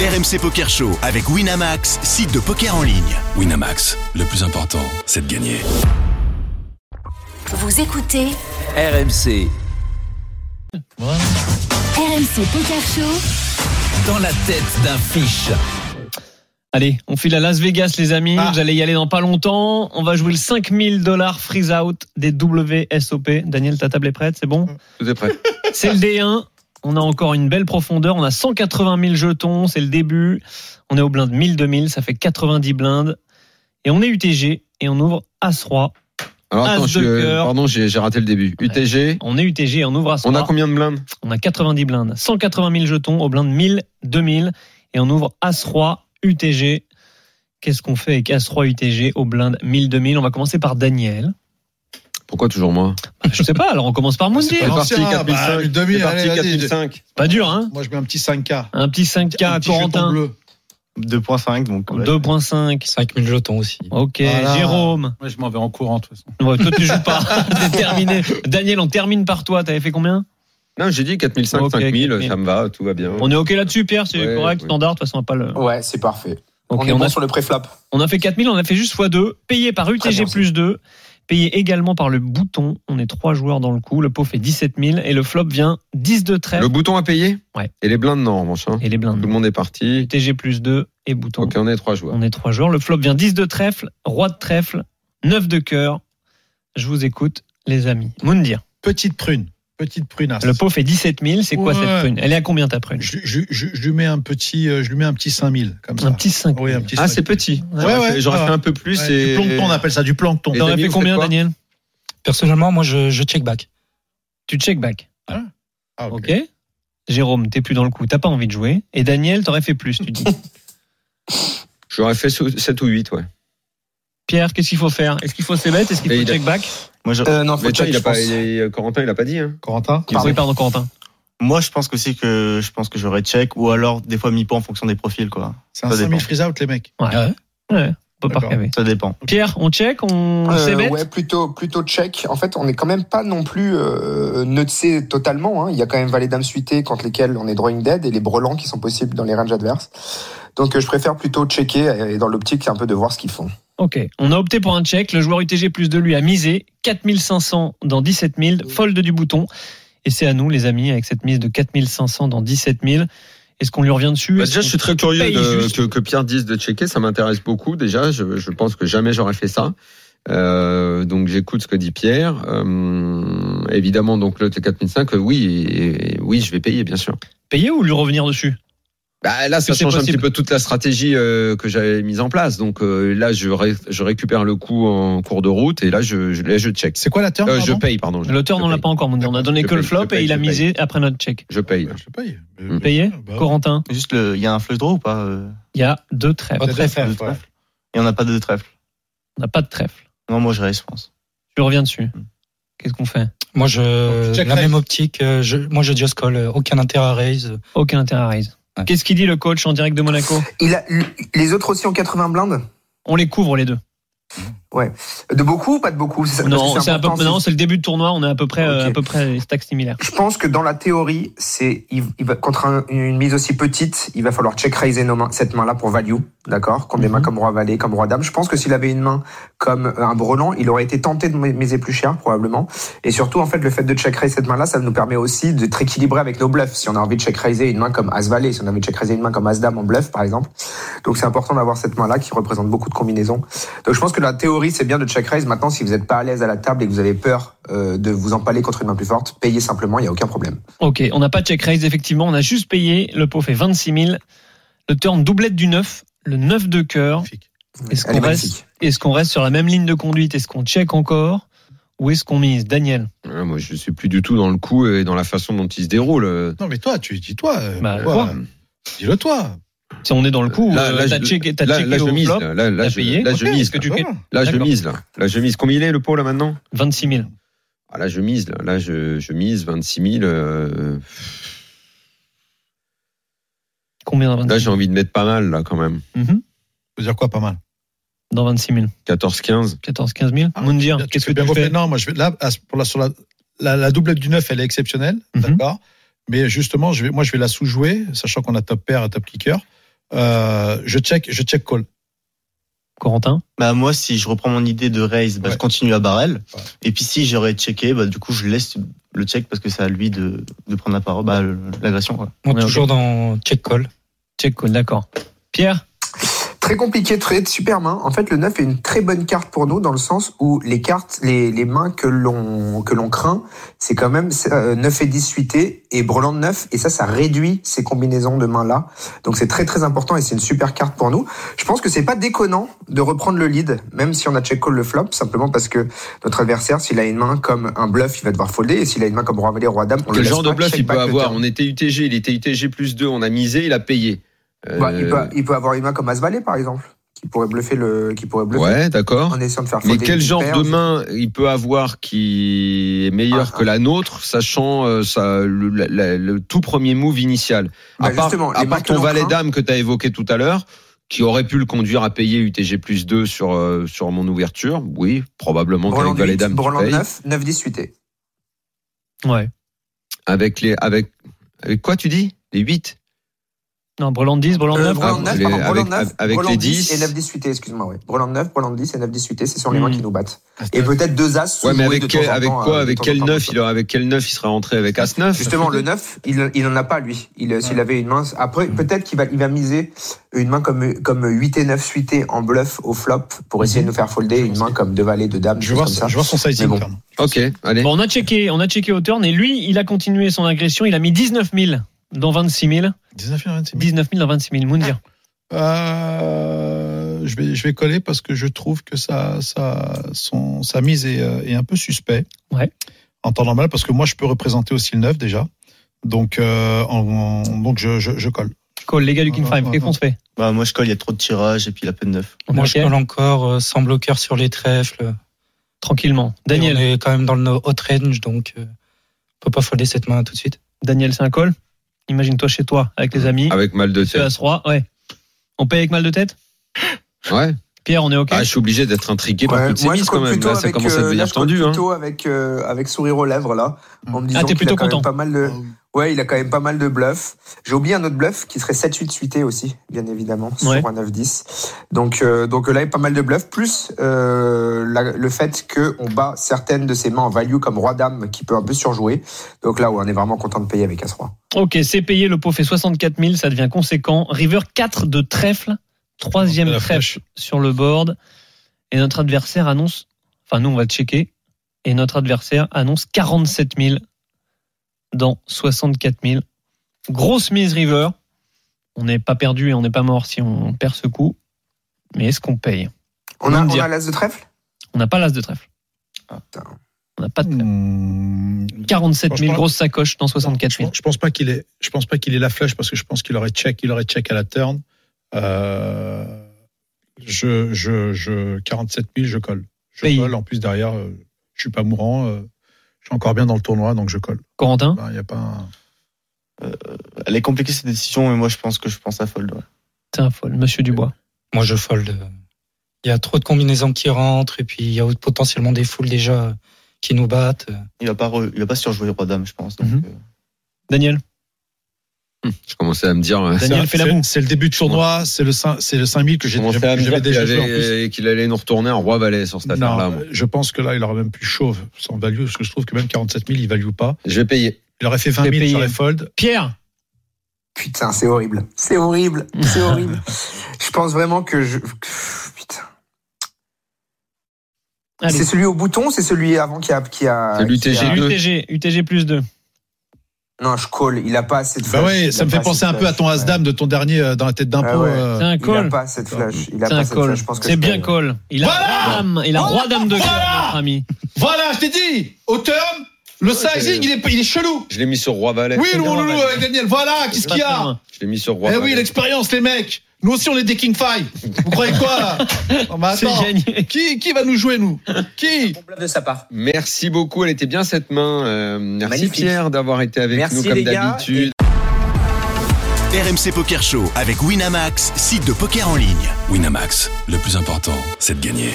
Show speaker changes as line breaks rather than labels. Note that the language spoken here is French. RMC Poker Show avec Winamax, site de poker en ligne.
Winamax, le plus important, c'est de gagner.
Vous écoutez
RMC,
RMC Poker Show.
dans la tête d'un fiche.
Allez, on file à Las Vegas, les amis.
Ah.
Vous allez y aller dans pas longtemps. On va jouer le 5000 dollars freeze out des WSOP. Daniel, ta table est prête, c'est bon
Tout est prêt.
C'est le D1. On a encore une belle profondeur. On a 180 000 jetons. C'est le début. On est au blind 1000, 2000. Ça fait 90 blindes. Et on est UTG. Et on ouvre As-Roi.
Alors attends,
As
je suis,
de
euh,
cœur.
pardon, j'ai j'ai raté le début. UTG,
On est UTG et on ouvre As-Roi.
on a combien de blindes
On a 90 blindes, 180 000 jetons au blind 1000, 2000 et on ouvre As-Roi, UTG. Qu'est-ce qu'on fait avec As-Roi, UTG au blind 1000, 2000 On va commencer par Daniel.
Pourquoi toujours moi
Bah, Je sais pas, alors on commence par Mundi.
C'est
pas
parti
l'ancien,
4005.
bah, une demi,
C'est parti
allez, vas-y.
4005.
Pas dur, hein
Moi, je mets un petit 5K.
Un petit 5K à
un petit jeton
Corentin.
bleu.
2.5, donc. ouais.
2.5.
5000 jetons aussi.
Ok,
Voilà.
Jérôme.
Moi, je m'en vais en courant, de toute façon.
Ouais, toi, tu joues pas. T'es terminé. Daniel, on termine par toi. T'avais fait combien
Non, j'ai dit 4005,
Ok,
5000,
4000.
ça me va, tout va bien.
On est OK là-dessus, Pierre. C'est
Ouais,
correct,
oui.
standard. De toute façon, on va pas le.
Ouais, c'est parfait.
Ok,
on est
on
bon
a
sur le préflap.
On a fait 4000, on a fait juste x2, payé par
Très
UTG
bien,
plus 2, payé également par le bouton. On est trois joueurs dans le coup, le pot fait 17 000 et le flop vient 10 de trait.
Le bouton à payer
Ouais.
Et les blindes, non, en revanche. hein.
Et les
Tout
blindes.
le monde est parti.
UTG plus 2 et bouton.
Ok, on est trois joueurs.
On est trois joueurs. Le flop vient 10 de trèfle, roi de trèfle, 9 de cœur. Je vous écoute, les amis. Moundir,
Petite prune. Petite prunasse.
le pot fait 17 000. C'est quoi
Ouais.
cette prune Elle est à combien ta prune
Je, je- je- je lui mets un petit, euh, je lui mets un petit 5000 comme ça.
Un petit 5.
Oui, un petit
Ah,
5.
c'est petit.
Ouais,
J'aurais
ouais,
fait- J'aurais
ouais.
fait un peu plus.
Ouais,
et...
Du plancton, on appelle ça du plancton.
Et
T'aurais
amis,
fait
vous
combien,
faites quoi
Daniel
Personnellement, moi, je, je check back.
Tu check back.
Ah, ok.
Ok Jérôme, t'es plus dans le coup. T'as pas envie de jouer. Et Daniel, t'aurais fait plus, tu dis.
J'aurais fait 7 ou 8, ouais.
Pierre, qu'est-ce qu'il faut faire Est-ce qu'il faut ses bêtes Est-ce qu'il
Et
faut
il a-
check back
Moi, je,
Euh, non, faut
Mais toi,
check,
il
je
a pas,
pense.
il est- euh, Corentin, il a pas dit. hein.
Corentin.
Pardon.
Oui, pardon, Corentin.
moi, je pense que c'est que je pense que j'aurais check ou alors des fois mi-pot en fonction des profils, quoi.
C'est un
Ça
5000
dépend.
freeze out, les mecs.
Ouais.
Ah
Ouais, on peut pas
D'accord.
recaver.
Ça dépend.
Pierre, on check On
Euh,
s'ébête
ouais, plutôt, plutôt check. En fait, on n'est quand même pas non plus euh, nutsé totalement. hein. Il y a quand même Valet Dame suité contre lesquels on est drawing dead et les brelans qui sont possibles dans les ranges adverses. Donc, euh, je préfère plutôt checker euh, et dans l'optique un peu de voir ce qu'ils font.
Ok, on a opté pour un check. Le joueur UTG plus de lui a misé 4500 dans 17 000, fold du bouton. Et c'est à nous, les amis, avec cette mise de 4500 dans 17 000. Est-ce qu'on lui revient dessus
Bah,
Est-ce
déjà, je
qu'on-
suis très curieux
paye
de-
juste
que, que Pierre dise de checker. Ça m'intéresse beaucoup. Déjà, je, je pense que jamais j'aurais fait ça. Euh, donc, j'écoute ce que dit Pierre. Euh, évidemment, donc le 4005, euh, oui, et- et oui, je vais payer, bien sûr.
payer ou lui revenir dessus
Bah, là, ça
que c'est
change un
possible
petit peu toute la stratégie euh, que j'avais mise en place. Donc euh, là, je, ré- je récupère le coup en cours de route et là, je, je, là, je check.
C'est quoi la turn
Euh, je
pardon
paye, pardon. Je-
L'auteur,
je
on l'a
paye.
pas encore demandé. On a donné
Je
que le
paye,
flop
je paye,
et il a
je paye.
misé après notre check.
Je paye.
Je le paye.
Mm.
Payé
Bah,
Corentin,
Juste, le, il y a un flush draw ou pas euh,
il y a deux trèfles.
pas de trèfle,
de
ouais.
trèfle. Il n'y en a pas de trèfle.
On n'a pas de trèfle.
Non, moi, je reste, je pense.
Tu reviens dessus.
Hmm.
Qu'est-ce qu'on fait
Moi, je,
Donc, check
la
raise.
même optique, euh, je, moi, je just call. euh, Aucun intérêt à raise.
Aucun intérêt à raise.
Ouais.
Qu'est-ce qu'il dit le coach en direct de Monaco
Il a, les autres aussi ont 80 blindes
On les couvre les deux.
De beaucoup ou pas de beaucoup C'est ça- parce
Non,
que
c'est à peu
important,
près- non, c'est le début de tournoi. On est à peu près, euh,
Ok.
à peu près les stacks similaires.
Je pense que dans la théorie, c'est il, il va, contre un- une mise aussi petite, il va falloir check raiser nos mains, cette main-là pour value, d'accord Contre des mains comme roi valet, comme roi dame. Je pense que s'il avait une main comme euh, un brelan, il aurait été tenté de mi- miser plus cher probablement. Et surtout, en fait, le fait de check raiser cette main-là, ça nous permet aussi d'être équilibré avec nos bluffs. Si on a envie de check raiser une main comme as valet, si on a envie de check raiser une main comme as dame en bluff, par exemple. Donc c'est important d'avoir cette main-là qui représente beaucoup de combinaisons. Donc Euh, je pense que la théorie, c'est bien de check raise. Maintenant, si vous n'êtes pas à l'aise à la table et que vous avez peur euh, de vous empaler contre une main plus forte, payez simplement, il n'y a aucun problème.
Ok, on n'a pas de check raise, effectivement. On a juste payé. Le pot fait 26 000. Le turn doublette du 9. Le 9 de cœur.
magnifique.
Est-ce
Elle
qu'on
est
reste,
magnifique.
est qu'on reste sur la même ligne de conduite Est-ce qu'on check encore Ou est-ce qu'on mise Daniel
Ah, moi, je suis plus du tout dans le coup et dans la façon dont il se déroule. Euh,
Non, mais toi, tu dis-toi. euh,
Bah,
pourquoi Dis-le toi.
Si on est dans le coup,
Là,
euh,
là,
t'as
je-
checké, t'as
là,
checké
là, je
au
mise.
flop,
Là, là, là,
t'as
je,
payé.
là, je
Ok,
mise.
est-ce que tu
Ah,
fais
voilà.
Là, je
D'accord.
mise, là. Là, je mise. Combien il est le pot, là, maintenant
26 000
ah, Là, je mise, là. Là, je, je mise 26 000. euh,
Combien dans 26
Là, j'ai
000
envie de mettre pas mal, là, quand même.
Mhm.
Faut dire quoi, pas mal.
Dans 26 000.
14, 15.
14 15 000.
Ah,
Moundir,
Là, tu
Hein, qu'est-ce que
fais bien
tu
refaire.
fais
Non, moi, je vais là à ce- pour la sur la, la, la doublette du 9, elle est exceptionnelle,
Mhm.
d'accord. Mais justement, je vais, moi, je vais la sous-jouer, sachant qu'on a top pair et top kicker. euh, je check, je check call.
Corentin
Bah moi, si je reprends mon idée de raise, bah,
Ouais.
je continue à barrel.
Ouais.
Et puis si j'aurais checké, bah du coup je laisse le check parce que c'est à lui de, de prendre la parole, bah, le- l'agression. quoi.
Moi,
Ouais, ok.
toujours dans check call.
Check call, d'accord. Pierre
Très compliqué, très super main. En fait, le 9 est une très bonne carte pour nous dans le sens où les cartes, les, les mains que l'on que l'on craint, c'est quand même euh, 9 et 10 suité et brelan de 9 et ça, ça réduit ces combinaisons de mains là. Donc c'est très très important et c'est une super carte pour nous. Je pense que c'est pas déconnant de reprendre le lead, même si on a check call le flop, simplement parce que notre adversaire, s'il a une main comme un bluff, il va devoir folder et s'il a une main comme roi valet, roi dame, on
Quel
le
genre
laisse
de
pas,
bluff
check
il peut
back le
avoir
turn.
On était UTG, il était UTG plus 2, on a misé, il a payé. Euh,
Bah, il, peut, il peut avoir une main comme as valet par exemple, qui pourrait bluffer le, qui pourrait bluffer.
Ouais, d'accord.
En essayant de faire
Mais
folder
quel
une
genre
paire,
de main il peut avoir qui est meilleur
Ah,
que la nôtre, sachant euh, ça, le, la- la- le tout premier move initial
Bah,
À part,
justement,
à
les
part
mains que
ton
l'on
valet
craint-
dame que tu as évoqué tout à l'heure, qui aurait pu le conduire à payer UTG plus 2 sur, euh, sur mon ouverture, oui, probablement
Brelan
qu'avec valet
8,
dame tu
Brelan
payes.
9, 9, 10 suité.
Ouais.
Avec, les, avec, avec quoi tu dis Les 8
Non, Breland 10, Breland
Euh,
9.
Brelan
Ah,
9,
les-
pardon, Brelan
avec-
9,
avec
Brelan
les
10 et
10.
9, 10 suité, excuse-moi, ouais. Brelan 9, Brelan 10 et 9, 10 suité, c'est sur les
Hmm.
mains qui nous battent.
Parce
Et
que-
peut-être deux as.
Ouais, mais
sous-joués
avec,
de
quel,
temps en
avec
temps,
quoi
euh, de
avec
temps en
quel,
temps,
9
comme
il,
ça.
aurait- avec quel 9 il serait rentré Avec As-9
Justement, le 9, il, il en a pas, lui. Il, s'il avait une main, après,
Hmm.
peut-être qu'il va, il va miser une main comme, comme 8 et 9 suité en bluff au flop
Hmm.
pour essayer de nous faire folder une main comme deux valets, deux dames,
Je
des
vais
choses
voir,
Ah, comme ça.
je vais voir son sizing.
Mais bon.
Fernand.
Ok, allez.
Bon, on a checké, on a checké au turn et lui, il a continué son agression. Il a mis 19 000 dans 26 000.
19 26 000.
19 000 dans 26 000, Moundir.
Euh, je vais, je vais coller parce que je trouve que ça, ça, son, sa mise est, euh, est un peu suspect.
Ouais.
En temps normal, parce que moi, je peux représenter aussi le 9 déjà. Donc, euh, en- en- donc je, je, je colle.
Call, les gars du King
Ouais,
Five,
ouais,
qu'est-ce qu'on se fait
Bah moi je colle, il y a trop de tirages et puis la peine 9.
Moi, je
Ok.
colle encore euh, sans bloqueur sur les trèfles.
Tranquillement.
Et
Daniel,
On est quand même dans le hot range, donc euh, on peut pas folder cette main tout de suite.
Daniel, c'est un call. Imagine-toi chez toi avec les amis.
Avec mal de
Ce
tête.
As-Roi, ouais. On paye avec mal de tête
Ouais.
Pierre, on est OK
Ah, je suis obligé d'être intrigué par
Ouais,
toutes ces
moi, je
mises
colle
quand même.
plutôt
Là, ça
avec,
commence à
euh, là,
devenir
je colle
tendu. Hein.
plutôt avec, euh, avec sourire aux lèvres, là. En me disant
Ah, t'es
qu'il
plutôt
a quand
content. Ah
même pas mal de, Ouais, il a quand même pas mal de bluffs. J'ai oublié un autre bluff qui serait 7-8 suité aussi, bien évidemment, sur
Ouais.
un 9-10. Donc, euh, donc là, il y a pas mal de bluffs, plus euh, la- le fait qu'on bat certaines de ses mains en value comme Roi-Dame qui peut un peu surjouer. Donc là, ouais, on est vraiment content de payer avec As-Roi.
OK, c'est payé, le pot fait 64 000, ça devient conséquent. River 4 de trèfle, troisième
La
trèfle sur le board. Et notre adversaire annonce, enfin nous on va checker, et notre adversaire annonce 47 000 dans 64 000. Grosse mise River. On n'est pas perdu et on n'est pas mort si on perd ce coup. Mais est-ce qu'on paye
On a,
me
on
dire.
a l'As de trèfle
On n'a pas l'as de trèfle.
putain.
On n'a pas de trèfle.
Hmm,
47 000
Franchement,
grosses sacoches dans 64
je,
000.
pense- je pense pas qu'il est, je pense pas qu'il est la flèche parce que je pense qu'il aurait check, il aurait check à la turn. Euh, je, je, je, 47 000, je colle. Je
Pays.
colle. En plus derrière, euh, je suis pas mourant. euh, je suis encore bien dans le tournoi, donc je colle.
Corentin
Ben, Il y a pas. un-
Elle est compliquée cette décision, mais moi je pense que je pense à fold. ouais.
C'est un folle, Monsieur Dubois.
Moi, je fold. euh, Il y a trop de combinaisons qui rentrent, et puis il y a potentiellement des foules déjà euh, qui nous battent. euh.
Il va pas, re- il va pas surjouer roi dame, je pense. donc,
Mhm.
euh,
Daniel
Je commençais à me dire. euh,
Daniel
C'est-
fait la
c'est-
boue.
C'est le début de tournoi, c'est le, cin- c'est le 5000 que
Je
j'ai
commençais à me dire
j'avais
qu'il
déjà joué en plus.
allait, qu'il allait nous retourner un roi valet sur euh, cette
Non, euh,
affaire-là. moi.
je pense que là, il aurait même plus chauve sans value, parce que je trouve que même 47 000, il value pas.
Je vais payer.
Il aurait fait 20
T'es
000
payé.
sur les fold.
Pierre
Putain, c'est horrible. C'est horrible. C'est horrible. Je pense vraiment que je. Putain.
Allez.
C'est celui au bouton, c'est celui avant qui a. Qui a
C'est
qui a-
l'UTG. deux.
UTG, UTG plus 2.
Non, je colle. Il a pas assez de
Bah
flush.
ouais,
Il
ça
a
me
pas
fait
assez
penser
de
un peu à
flush.
ton
Ouais.
As-Dame de ton dernier euh, dans la tête d'impôt.
Ah ouais.
euh,
C'est un
Il a
call.
pas cette flash. Il a
C'est
pas
un
cette flash.
call.
Je pense que
C'est
je
bien
paye.
call. Il a, Bam il a roi dame de cœur, notre ami.
Voilà, je t'ai dit Au turn, le
Ouais,
sizing,
c'est-
il est, il est chelou
Je l'ai mis sur roi valet.
Oui, le
Roi
loulou,
Valet.
euh, Daniel, voilà, qu'est-ce qu'il y
Pas
a
loin.
Je l'ai mis sur roi
Eh
valet.
oui, l'expérience, les mecs Nous aussi, on est des King Five Vous croyez quoi, là Non, mais
C'est
attends.
gagné.
Qui, qui va nous jouer, nous Qui
de sa part.
Merci beaucoup. Elle était bien cette main. Euh, merci
Magnifique.
Pierre d'avoir été avec
Merci,
nous comme
les gars.
d'habitude.
RMC Poker Show avec Winamax, site de poker en ligne.
Winamax, le plus important, c'est de gagner.